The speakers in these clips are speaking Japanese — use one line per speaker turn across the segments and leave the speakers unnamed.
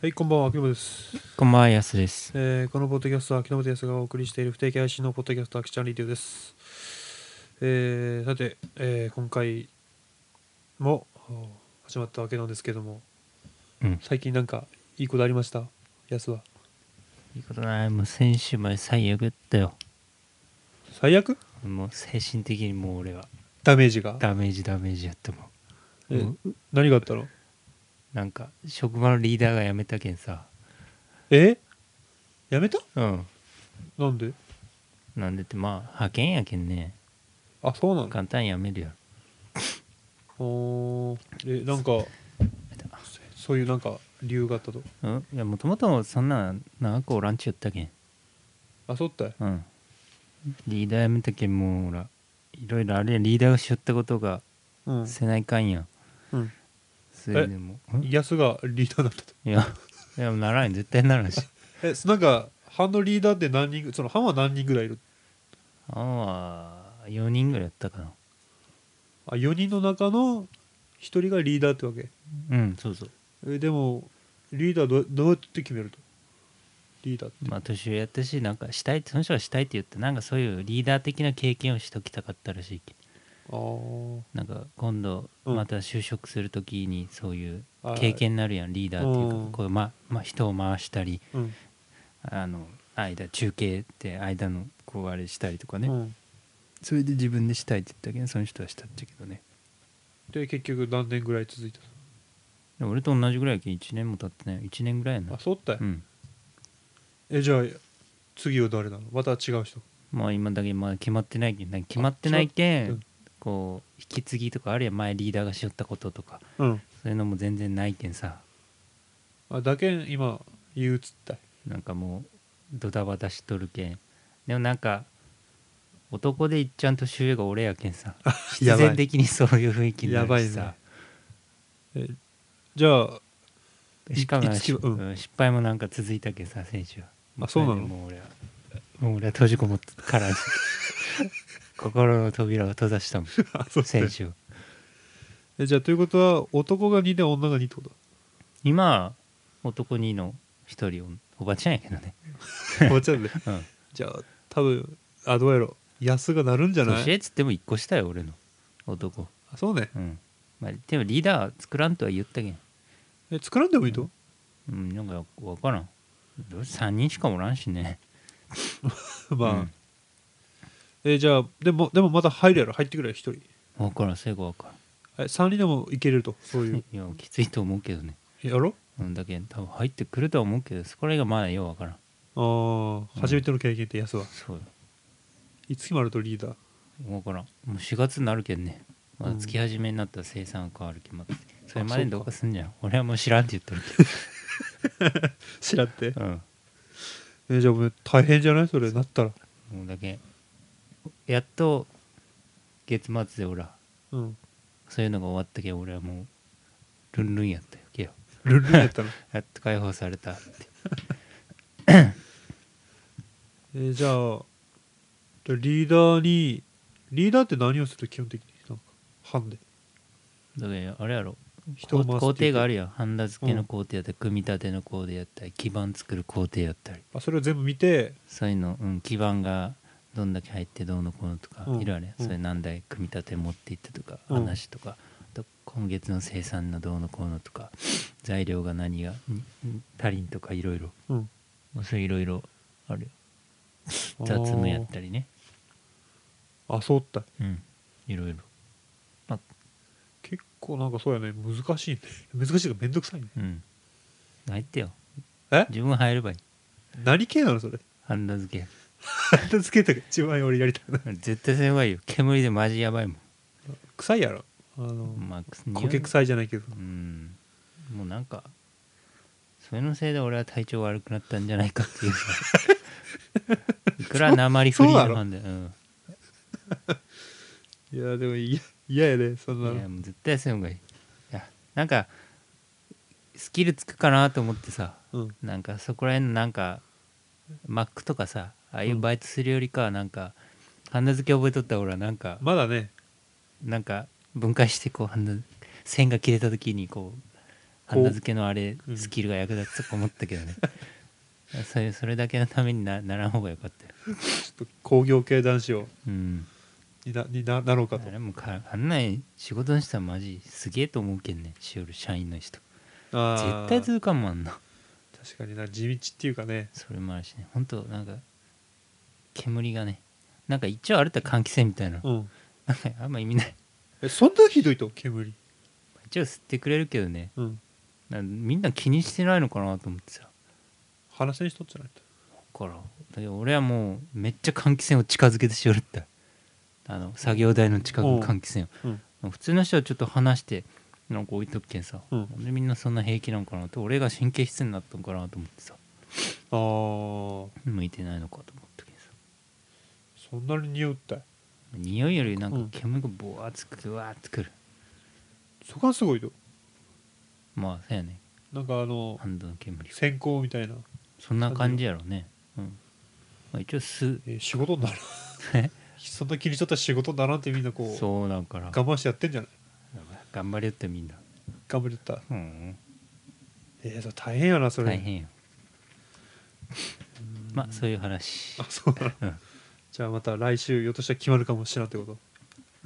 はい、こんばんは、秋元です。
こんばんは、やすです。
えーこのポッドキャストは秋元康がお送りしている不定期配信のポッドキャスト、秋ちゃんリディオです。えーさて、えー今回もお始まったわけなんですけども、
うん
最近なんかいいことありましたやすは。
いいことない。もう先週まで最悪だったよ。
最悪
もう精神的にもう俺は
ダメージが。
ダメージダメージやってもう。
え
もう
何があったの
なんか、職場のリーダーが辞めたけんさ。
えやめた
うん。
なんで
なんでって、まあ、派遣やけんね。
あ、そうなの
簡単に辞めるやろ。
おーえ、なんか、そういうなんか理由があったと。
うんいや、もともとそんな長くおらんちゅうやったけん。
あ、そうったい
うん。リーダー辞めたけん、もうほら、いろいろあれや、リーダーがしよったことが
うん。
せないかんやん。
うん。
それでも。んい
やすがリーダーだったと。
や、いや、ならんよ、絶対ならんし。
えそなんか班のリーダーって何人ぐその班は何人ぐらいいる
あんは4人ぐらいやったかな
あ4人の中の1人がリーダーってわけ
うんそうそう
えでもリーダーどうどうやって決めるとリーダーって、
まあ年上やったしなんかしたいってその人がしたいって言ってなんかそういうリーダー的な経験をしときたかったらしいけ
あー
なんか今度
うん
また就職するときにそういう
あー
経験になるやんリーダーっていうか
うん
こう、ままあ、人を回したり
うん
あの間中継って間のこうあれしたりとかね、
うん
それで自分でしたいって言ったけどその人はしたっちゃけどね
で結局何年ぐらい続いた
で俺と同じぐらいやけ1年も経ってない1年ぐらいやな
あそうったい、
うん
えじゃあ次は誰なのまた違う人
まあ今だけまだ決まってないけんなんか決まってないけ
そううん
んこう引き継ぎとかあるいは前リーダーがしよったこととか
うん
そういうのも全然ないけんさ
あだけん今憂鬱った い
なんかもうドタバタしとるけんでもなんか男でいっちゃんと周囲が俺やけんさ必 然的にそういう雰囲気にな
やば
る
い
し
ね
さ
えじゃあい
しかも
いつきはうん
うん失敗もなんか続いたけんさ選手は
あそうなの
もう俺はもう俺は閉じこもってから 心の扉を閉ざしたもん
あそうった
選
い
手を
えじゃあということは男が2で女が2ってこと
今男2の一人おおばちゃんやけどね、
終わっちゃうんで
うん、
じゃあ多分あどうやろう安がなるんじゃない
年上っつっても1個下よ俺の男
あそうね
うんまあでもリーダー作らんとは言ったけん
え作らんでもいいと、
うんなんか分からんどうせ3人しかおらんしね
まあ、
うん
えじゃあでもでもまた入るやろ入ってくるやろ1人
分からん最後分か
え3人でもいけれるとそう
ら
い
ん
う
いやきついと思うけどね
やろ
うんだけど多分入ってくるとは思うけどそこらがまだよう分からん
ああ、
うん
初めての経験って安は
そうよ
いつ決まるとリーダー
分からんもう4月になるけんねまだ月始めになったら生産が変わるけんまたそれまでにどうかすんじゃん俺はもう知らんって言ってる
知らんって
けどうん
えじゃあもう大変じゃないそれなったら
もうだけやっと月末でほら
うん
そういうのが終わったけど俺はもうルンルンやったよけよ
ルンルンやった ら
やっと解放されたって
えじゃあじゃあリーダーにリーダーって何をする基本的になんか班で
だけどあれやろ
人
こ
を
う
回す
工程があ
る
るやんハンダ付けの工程やったり、組み立ての工程やったり基板作る工程やったり
あそれを全部見て
そういうの、うん、基板がどんだけ入ってどうのこうのとか、
うん
いろいろあるや
う
ん
ん
それ何台組み立て持っていったとか、
うん
話とかあと今月の生産のどうのこうのとか材料が何がん足りんとかいろいろ
うん
もうそれいろいろあるよ雑務やったりね
あーあそうった
うんいろいろ
結構なんかそうやね難しいね 難しいがめんどくさいね
うん入ってよ
え
自分入ればいい
何系なのそれ
ハンダ付け
片付けたけ一番俺やりたくない
絶対それはいいよ煙でマジやばいも
臭いやろあの、
ん、まあ、
焦げ
い
臭いじゃないけど
うんもうなんかそれのせいで俺は体調悪くなったんじゃないかっていういくら鉛フリーのファンでうん
いやでもいや嫌やでそんないの
やもう絶対そういうのがいいいやなんかスキルつくかなと思ってさ
うん
なんかそこら辺のなんかマックとかさああいうバイトするよりかはなんか、ハンダ付け覚えとった俺はなんか
まだね
なんか分解してこうハンダ線が切れた時にこうハンダ付けのあれ
うん
スキルが役立つとか思ったけど ね、それそれだけのためになならん方がよかったよ、
ちょっと工業系男子を
うん、
になにななろうか
あ
と
れもかあんない仕事の人はマジすげえと思うけんねしおる社員の人
あ
絶
ー
対続かんもんな
確かにな地道っていうかね
それもあるしね本当なんか煙がねなんか一応あるったら換気扇みたいな
うん
なんかあんま意味ない
えそんなひどいと煙
一応吸ってくれるけどね
うん
なんかみんな気にしてないのかなと思ってさ
話しにしとっちゃないと
だからだけど俺はもうめっちゃ換気扇を近づけてしおるったあの作業台の近くの換気扇を
うん
普通の人はちょっと離してなんか置いとくけんさ、
う
なんん、でみんなそんな平気なんかなと俺が神経質になったんかなと思ってさ
あー
向いてないのかと思ったけどさ
そんなに匂うったい
匂いよりなん
う
か
ん
煙がボワーつくわーつくる
そこはすごいと
まあそうやね
なんかあの
ハンドの煙
線香みたいな、
そんな感じやろうねうん、まあ、一応吸
えー仕事にならん
え
そんな気にしとったら仕事にならんってみんなこ
う
う
そうだから
我慢してやってんじゃない
頑張れよってみんな
頑張りよった
うん
えー、それ大変やなそれ
大変よ
うん
まあそういう話
あそうなの
うん
じゃあまた来週よとしたら決まるかもしれんってこと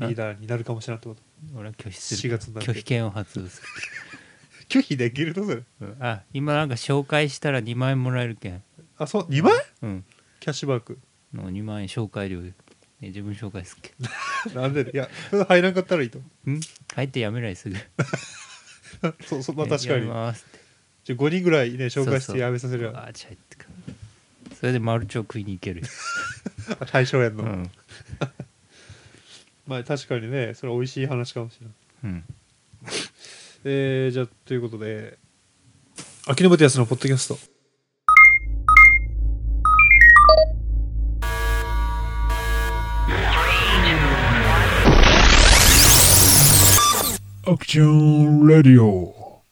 うん
リーダーになるかもしれんってこと
俺は拒否する
4月になって
拒否権を発動する、
拒否できるとそれ
うんあ今なんか紹介したら2万円もらえるけん
あそう2万
うん
キャッシュバック
の2万円紹介料で、ね、自分紹介すっ け
なんでいやそれ入らんかったらいいと
ん帰ってやめないすぐ
そう そうまあ確か
や
に
めますって
じゃ5人ぐらいね紹介し
そうそ
て
う
やめさせる
あーちゃいってかそれでマルチョ食いに行けるよ、
対象やんの、
うん
まあ確かにねそれ美味しい話かもしれない
うん、
えー、じゃあということで秋元康のポッドキャスト
アクションレディオ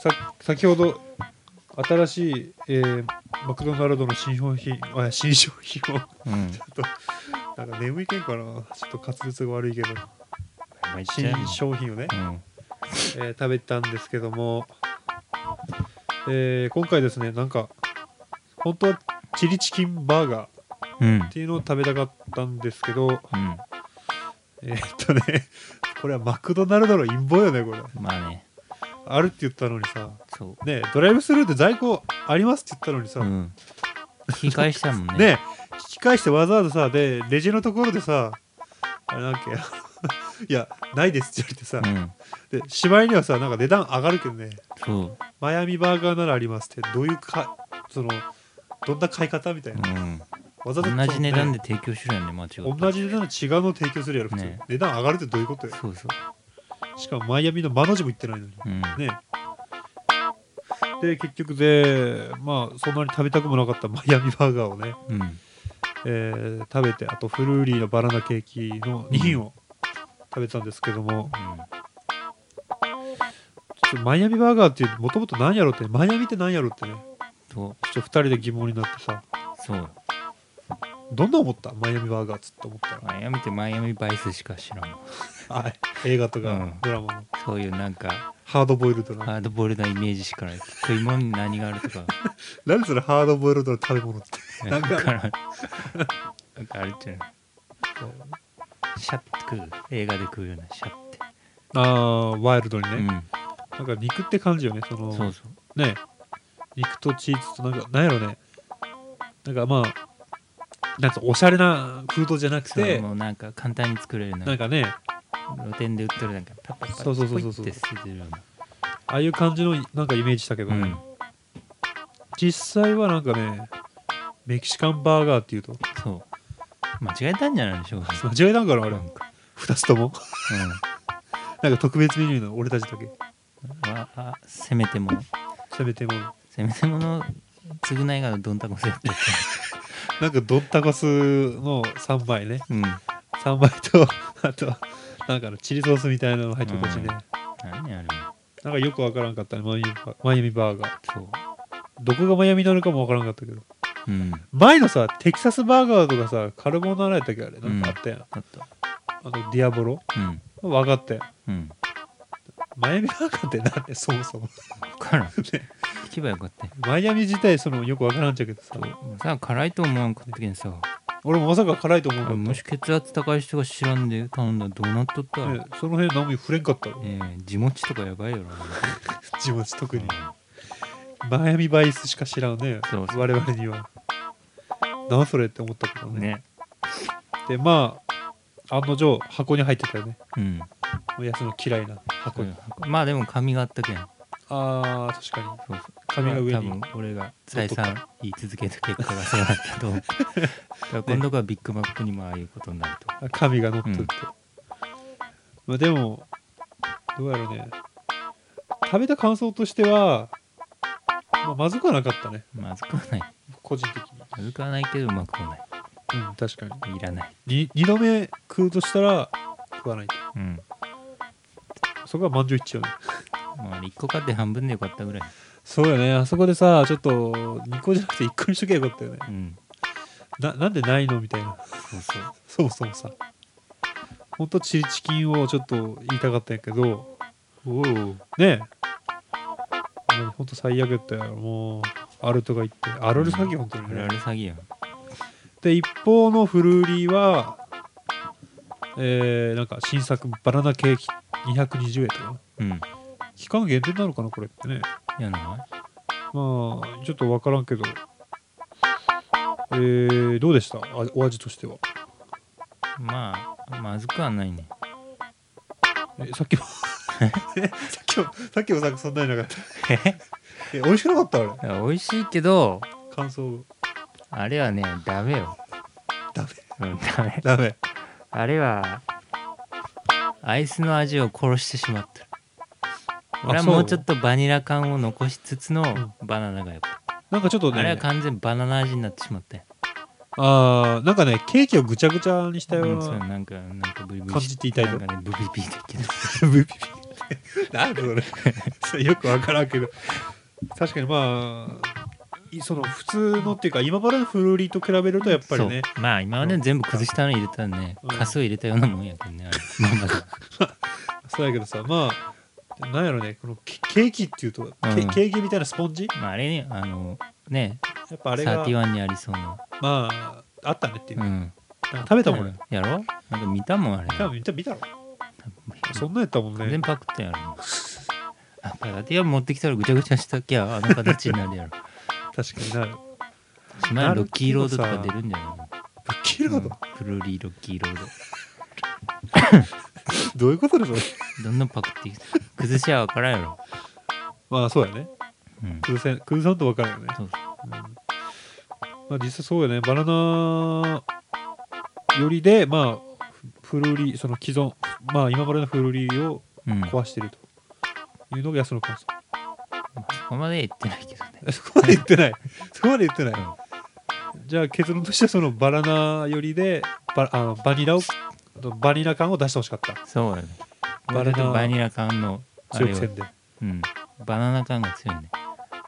さ先ほど新しい、えーマクドナルドの新商品あ新商品を
うん、
なんか眠いけんかなちょっと滑舌が悪いけど
めっちゃいい
新商品をね、
うん
えー食べたんですけども、えー今回ですねなんか本当はチリチキンバーガーっ
うん
ていうのを食べたかったんですけど
うん
えーっとねこれはマクドナルドの陰謀よねこれ
まあね
あるって言ったのにさ
そう
ねえドライブスルーで在庫ありますって言ったのにさ、
うん、引き返したもんね
ねえ引き返してわざわざさでレジのところでさあれなんだっけ いやないですって言われてさ、
うん
でしまいにはさなんか値段上がるけどね
そう
マイアミバーガーならありますってどういうかそのどんな買い方みたいな、
うん
わざわざ
同じ値段で
ね
提供しろよね間違って
同じ値段の違うのを提供するやろ普通、
ね
値段上がるってどういうことよ
そうそ
しかもマイアミのマの字も言ってないのに
ううん
ねで結局でまあそんなに食べたくもなかったマイアミバーガーをね、
うん
えー食べてあとフルーリーのバナナケーキの2品を食べたんですけどもちょっとマイアミバーガーってもともと何やろってマイアミって何やろってね
そう
ちょっと2人で疑問になってさ
そう
どんな思ったマイアミバーガーっつって思ったら
マイアミってマイアミバイスしか知らん
あ映画と
う
か
ん
ドラマの
そういうなんか
ハードボイルドな
ハードボイルドなイメージしかない食い物に何がある とか
何それハードボイルドの食べ物って
だからなんかあれじゃないこうシャッて食う映画で食うようなシャッて
ああワイルドにね、
うん
なんか肉って感じよねその
そうそう
ね肉とチーズとなんかなんやろねなんかまあなんつうのおしゃれな封筒じゃなく
そう
て
もうなんか簡単に作れるな
なんかね
露店で売ってるなんかパッパッパッ
そうそうそう
ポイ
そう
って捨ててるような
ああいう感じのなんかイメージしたけど、
う
ね
ん
実際はなんかねメキシカンバーガーっていうと
そう間違えたんじゃないでしょうか
間違えたんかなあれ
なんか
2つとも なんか特別メニューの俺たちだけ
うんわあせめても
せめてもの
せめてもの償いがどんたこせって
なんかドンタコスの3枚ね
うん
3枚と あとなんかのチリソースみたいなの入ってるこっちね、
うん何あれ
なんかよくわからんかったねマイアミバマイアミバーガー
そう
どこがマイアミなのかもわからんかったけど
うん
前のさテキサスバーガーとかさカルボナーラやったっけあれなんかあったやん、
あった
あのディアボロ
うん
分かったやん
うん
マイアミバーガーってなんでそもそも
分からん聞けばよかったよ
マイアミ自体そのよくわからんちゃうけどさ
さあ辛いと思わんかったけどさ
俺もまさか辛いと思う
あ
か
れ
った、
もし血圧高い人が知らんで頼んだらどうなっとった、
ねその辺何も触れんかった
ええ地持ちとかやばいよな、
地持ち特にマイアミバイスしか知らんね
そうそう
我々には何それって思ったけどね
ね
でまあ案の定箱に入ってたよね
うん
おやつの嫌いな箱に、
まあでも髪があったけんそう
あー確かに
そう
髪が上
多
に
分俺が再三言い続けた結果がそうだっ たと思うだから今度からビッグマックにもああいうことになると
紙が乗っとって、まあでもどうやろうね食べた感想としては、まあ、まずくはなかったね
まずくはない
個人的に
まずくはないけどうまくもない
うん確かに
いらない
に2度目食うとしたら食わないと
うん
そこは満場一致よね
まあ1個買って半分でよかったぐらい
そうよねあそこでさちょっと2個じゃなくて1個にしとけばよかったよね
うん
ななんでないのみたいな
そうそう
そもそもさほんとチリチキンをちょっと言いたかったんやけど
おお
ねえもうほんと最悪やったよもうアルトが言ってアルル詐欺本当に
あれ
ね
あれ詐欺やん
で一方のフルーリーはえー、なんか新作バナナケーキ220円とか
うん
期間限定なのかなこれってね
やな
まあちょっとわからんけどえー、どうでしたあお味としては
まあまずくはないね
え さっきもえさっきもさっきもさそんなになかったえ美味しくなかったあれ
だから美味しいけど
感想
あれはねダメよ
ダメ
うんダメ
ダメ
あれはアイスの味を殺してしまった俺は
そう
もうちょっとバニラ感を残しつつのバナナがよかっ、
なんかちょったと
あれは
ね
完全にバナナ味になってしまったよ、
あーなんかねケーキをぐちゃぐちゃにした
う
よ
ん、
う
そう
な
なんかなんかブリブリ
感じていたい
な
と
んかねブリブリだ けど
VP なんでそれそれよ くわからんけど確かにまあいその普通のっていうか今までのフルーリーと比べるとやっぱりね
そうまあ今まで全部崩したの入れたらね、
うん
カスを入れたようなもんやけどねあれまあまあ
そうやけどさまあなんやろねこのケケーキっていうと、ケ
うん
ケーキみたいなスポンジ
まああれねあのね
やっぱあれが
31にありそうな
まああったねっていう、
うん
なんか食べたもんね、
やろなんか見たもんあれ
多分見た見たろそんなんやったもん
完
ね
全パクったやろあパティア持ってきたらぐちゃぐちゃしたきゃあの形になるや ろ
確かになる
島にロッキーロードとか出るんじゃないの
ぶっ切ること、
フルーリーロッキーロード
どういうことだそれ
どんどんパクってきた崩しは分からんやろ
まあそうやね
うん
崩せん崩さんと分かるよね
そう
うんまあ、実際そうよねバナナよりでまあフフルーリーその既存まあ今までのフルーリーを
うんそ
壊してるというのが安野感想、
こまで言ってないけどね
え そこまで言ってないそこまで言ってない、じゃあ結論としてはそのバナナよりでバあのバニラをあとバニラ感を出してほしかった
そうだね
バナナ
割とバニラ感のあ
強
れ
く
は
せんで
うんバナナ感が強いね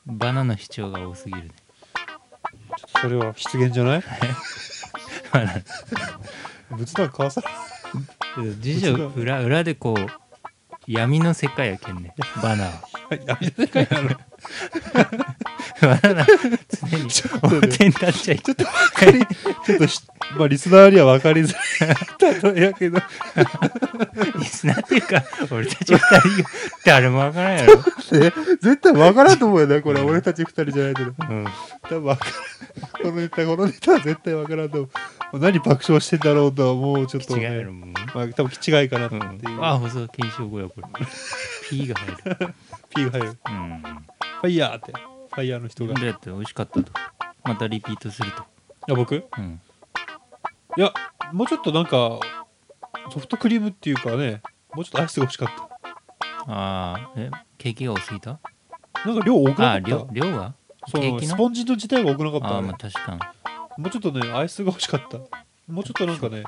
バナナ主張が多すぎるね
それは失言じゃない
バナナ
仏壇かわさ
辞書裏裏でこう闇の世界やけんねバナナは
ないやめてかやろ
常に
ちょっとね
表に立っちゃいけない
ちょっとし、まあ、リスナーには分かりづらい例えやけど、
リスナーっていうか俺たち二人が誰もわからんやろ、
ね絶対分からんと思うよな、これ、俺たち二人じゃないけど。
うん、
多分分からん。このネタ、このネタは絶対分からんと思う。もう何爆笑してんだろうとは、もうちょっと、
違う
ね。
やろもう、
まあ、多分気違いかなって
う、。
いうん
ああそう検証後やこれ P が入る
P が入る。
うん
ファイヤーって。ファイヤーの人が。
どうやって美味しかったとまたリピートすると、
あ、僕
うん、
いや、もうちょっとなんか、ソフトクリームっていうかね、もうちょっとアイスが欲しかった。
ああえケーキが多すぎた
なんか量多く
あ
なか
あ
っ
量
た。
量が
そ
ケー
う
キ
ス
の
ポンジの自体が多くなかった
ああ
ね、
まあ確かに
もうちょっとね、アイスが欲しかった。もうちょっとなんかね、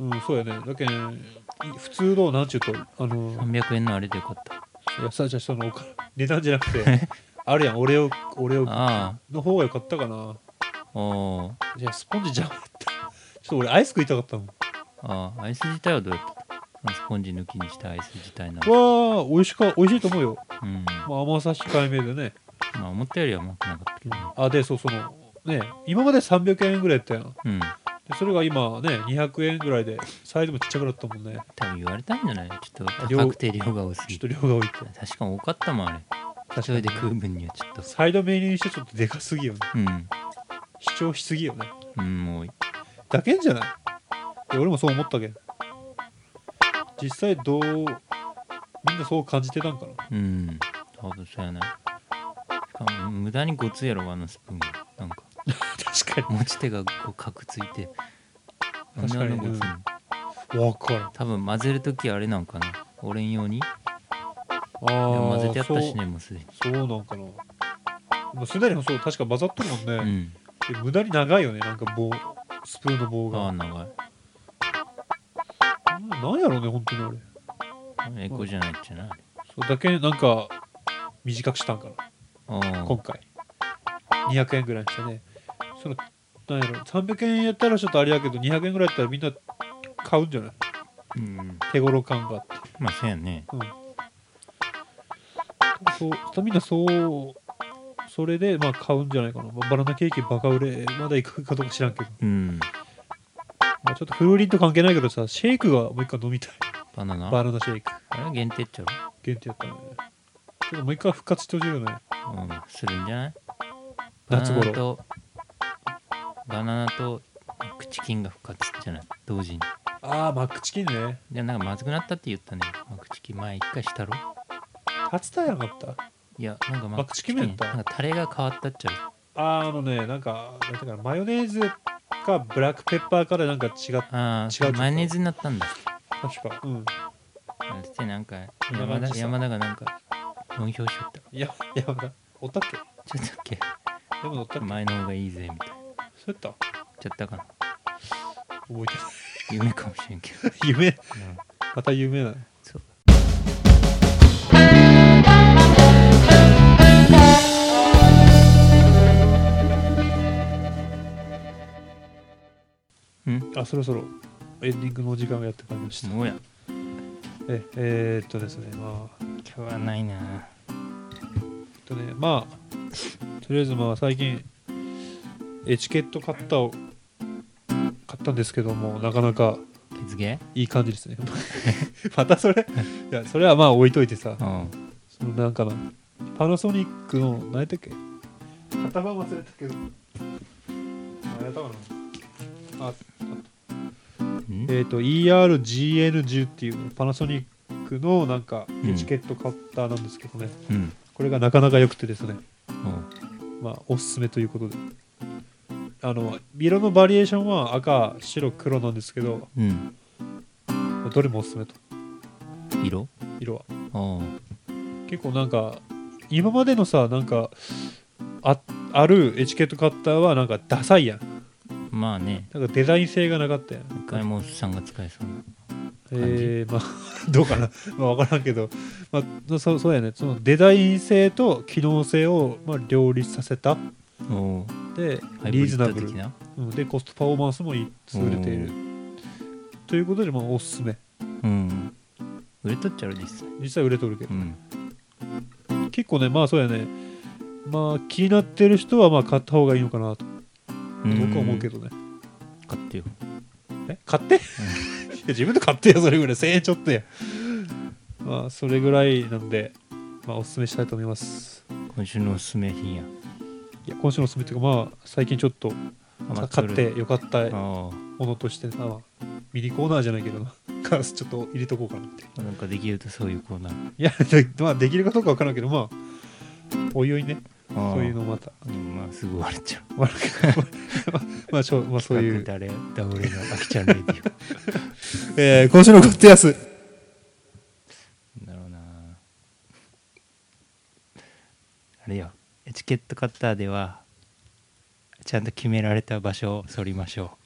うん
うん、そうやね。だけん、い普通の、なんちゅうと、あの、い
300円のあれでよかった
やさじゃあその、お金値段じゃなく て、あるやん、俺を、俺を、
あ
の方が良かったかな。
あおー
いや、スポンジじゃなかった。ちょっと俺、アイス食いたかったもん。
ああアイス自体はどうやったスポンジ抜きにしたアイス自体なの
わあ、美味しか、美味しいと思うよ。
うん
まあ、甘さ控えめでね。
まあ思ったよりは甘くなかったけど
あ、で、そう、その、ね、今まで300円ぐらいやったやん。
うん
でそれが今ね、200円ぐらいで、サイズもちっちゃくなったもんね。
多分言われたんじゃないちょっと
量
高くて量が多す
ちょ
ぎ
っと
て
量が多いって。
確かに多かったもんあれ一
確
人で食う分にはちょっと
サイドメニューにしてちょっとでかすぎよね。
うん
主張しすぎよね。
うんもう
だけんじゃないいや俺もそう思ったけど実際どうみんなそう感じてたんかな
うん多分そうやなしかも無駄にごついやろあのスプーンがなんか
確か
持ち手がこうカクついて
確かに
なんであんなごついの
に分からんあ
多分混ぜるときあれなんかな俺ん用にでも
あ
混ぜてあったしねもうすでに
そうそうなんかなもうすでにそう確か混ざっとるもんね
う、ん
で無駄に長いよねなんか棒スプーンの棒
あ
が
あ長い
うんなんやろうね本当にあれ
エコじゃないっちゃな
そうだけなんか短くしたんかな
あ
今
あ
回200円ぐらいにしてねそのなんやろ300円やったらちょっとあれやけど200円ぐらいやったらみんな買うんじゃない
うん
手頃感があって
まあそうやね
うん、そうみんなそうそれでまあ買うんじゃないかな、まあバナナケーキバカ売れまだ行くかどうか知らんけど、
うん
まあ、ちょっとフルーリンと関係ないけどさシェイクがもう一回飲みたい
バナナ
バナナシェイク
あれは限定っちゃう
限定やったねちょっともう一回復活してほしいよね
うんするんじゃないバ
夏
ナナ
頃
とバナナと口金が復活じゃない同時に
ああマックチキンね
でなんかまずくなったって言ったねマクチキン前一回したろ
初田やなかった
いやなんか
マクチキン麺やった
なんかタレが変わったっちゃ
あーあのねなんかなんていうかなマヨネーズかブラックペッパーからなんか違っ
うあ
違う
あマヨネーズになったんだ
確かうん
だってなんか
そんな
山
感じ
田
さ
山田がなんか論評しよった
いややばだおったっけ
ちょっとっけ
でもおったっけ
前の方がいいぜみたいな
そうやった
ちゃったかな
覚えてない
夢かもしれんけど、
夢
うん
また夢だ
そううん
あそろそろエンディングのお時間がやってまいりました
もうや
ええーっとですねまあ
今日はないな
えっとねまあとりあえずまあ最近エチケットカッターを買ったんですけどもなかなか
血芸
いい感じですね またそれ いやそれはまあ置いといてさ
うん
そのなんかなパナソニックの何やったっけ片番忘れたけど何やったかなあ
ん
えっ、と ERGN10 っていうパナソニックのなんか
うん
エチケットカッターなんですけどね、
うん
これがなかなか良くてですね
うん
まあおすすめということであの色のバリエーションは赤白黒なんですけど
うん
どれもおすすめと
色
色は
あ
結構なんか今までのさなんかああるエチケットカッターはなんかダサいやん
あまあね
なんかデザイン性がなかったやん
一回もおっさんが使えそうな
えー、まあ どうかな、まあ、分からんけど、まあ、そうそうやねそのデザイン性と機能性を、まあ、両立させた
おー
で
ハイブ
リ
リ
ーズ
ッ
ナ
ド
ブ
的
ル
な
うんでコストパフォーマンスもいい優れているということで、まあ、おすすめ
うん売れとっちゃう実際
実際売れとるけど
うん
結構ねまあそうやねまあ気になってる人はまあ買った方がいいのかなと
ん
僕は思うけどね、
買ってよ
え買って、いや自分で買ってよそれぐらい1000円ちょっとやまあそれぐらいなんでまあおすすめしたいと思います
今週のおすすめ品や
いや今週のおすすめっていうかまあ最近ちょっと
あまあ
買ってよかった
あ
ものとしてさ、まあミニコーナーじゃないけどなちょっと入れとこうかなって
あなんかできるとそういうコーナー
いやで,、 まあ、できるかどうかわからんけどまあおいおいね
ああ
そういうのまた
うんまあすぐ終われちゃう
悪くまあまあしょうまあそういう
企画誰倒れのあきちゃんレディ
えー今週のゴッドヤス
オなんだろうなあれよエチケットカッターではちゃんと決められた場所を剃りましょ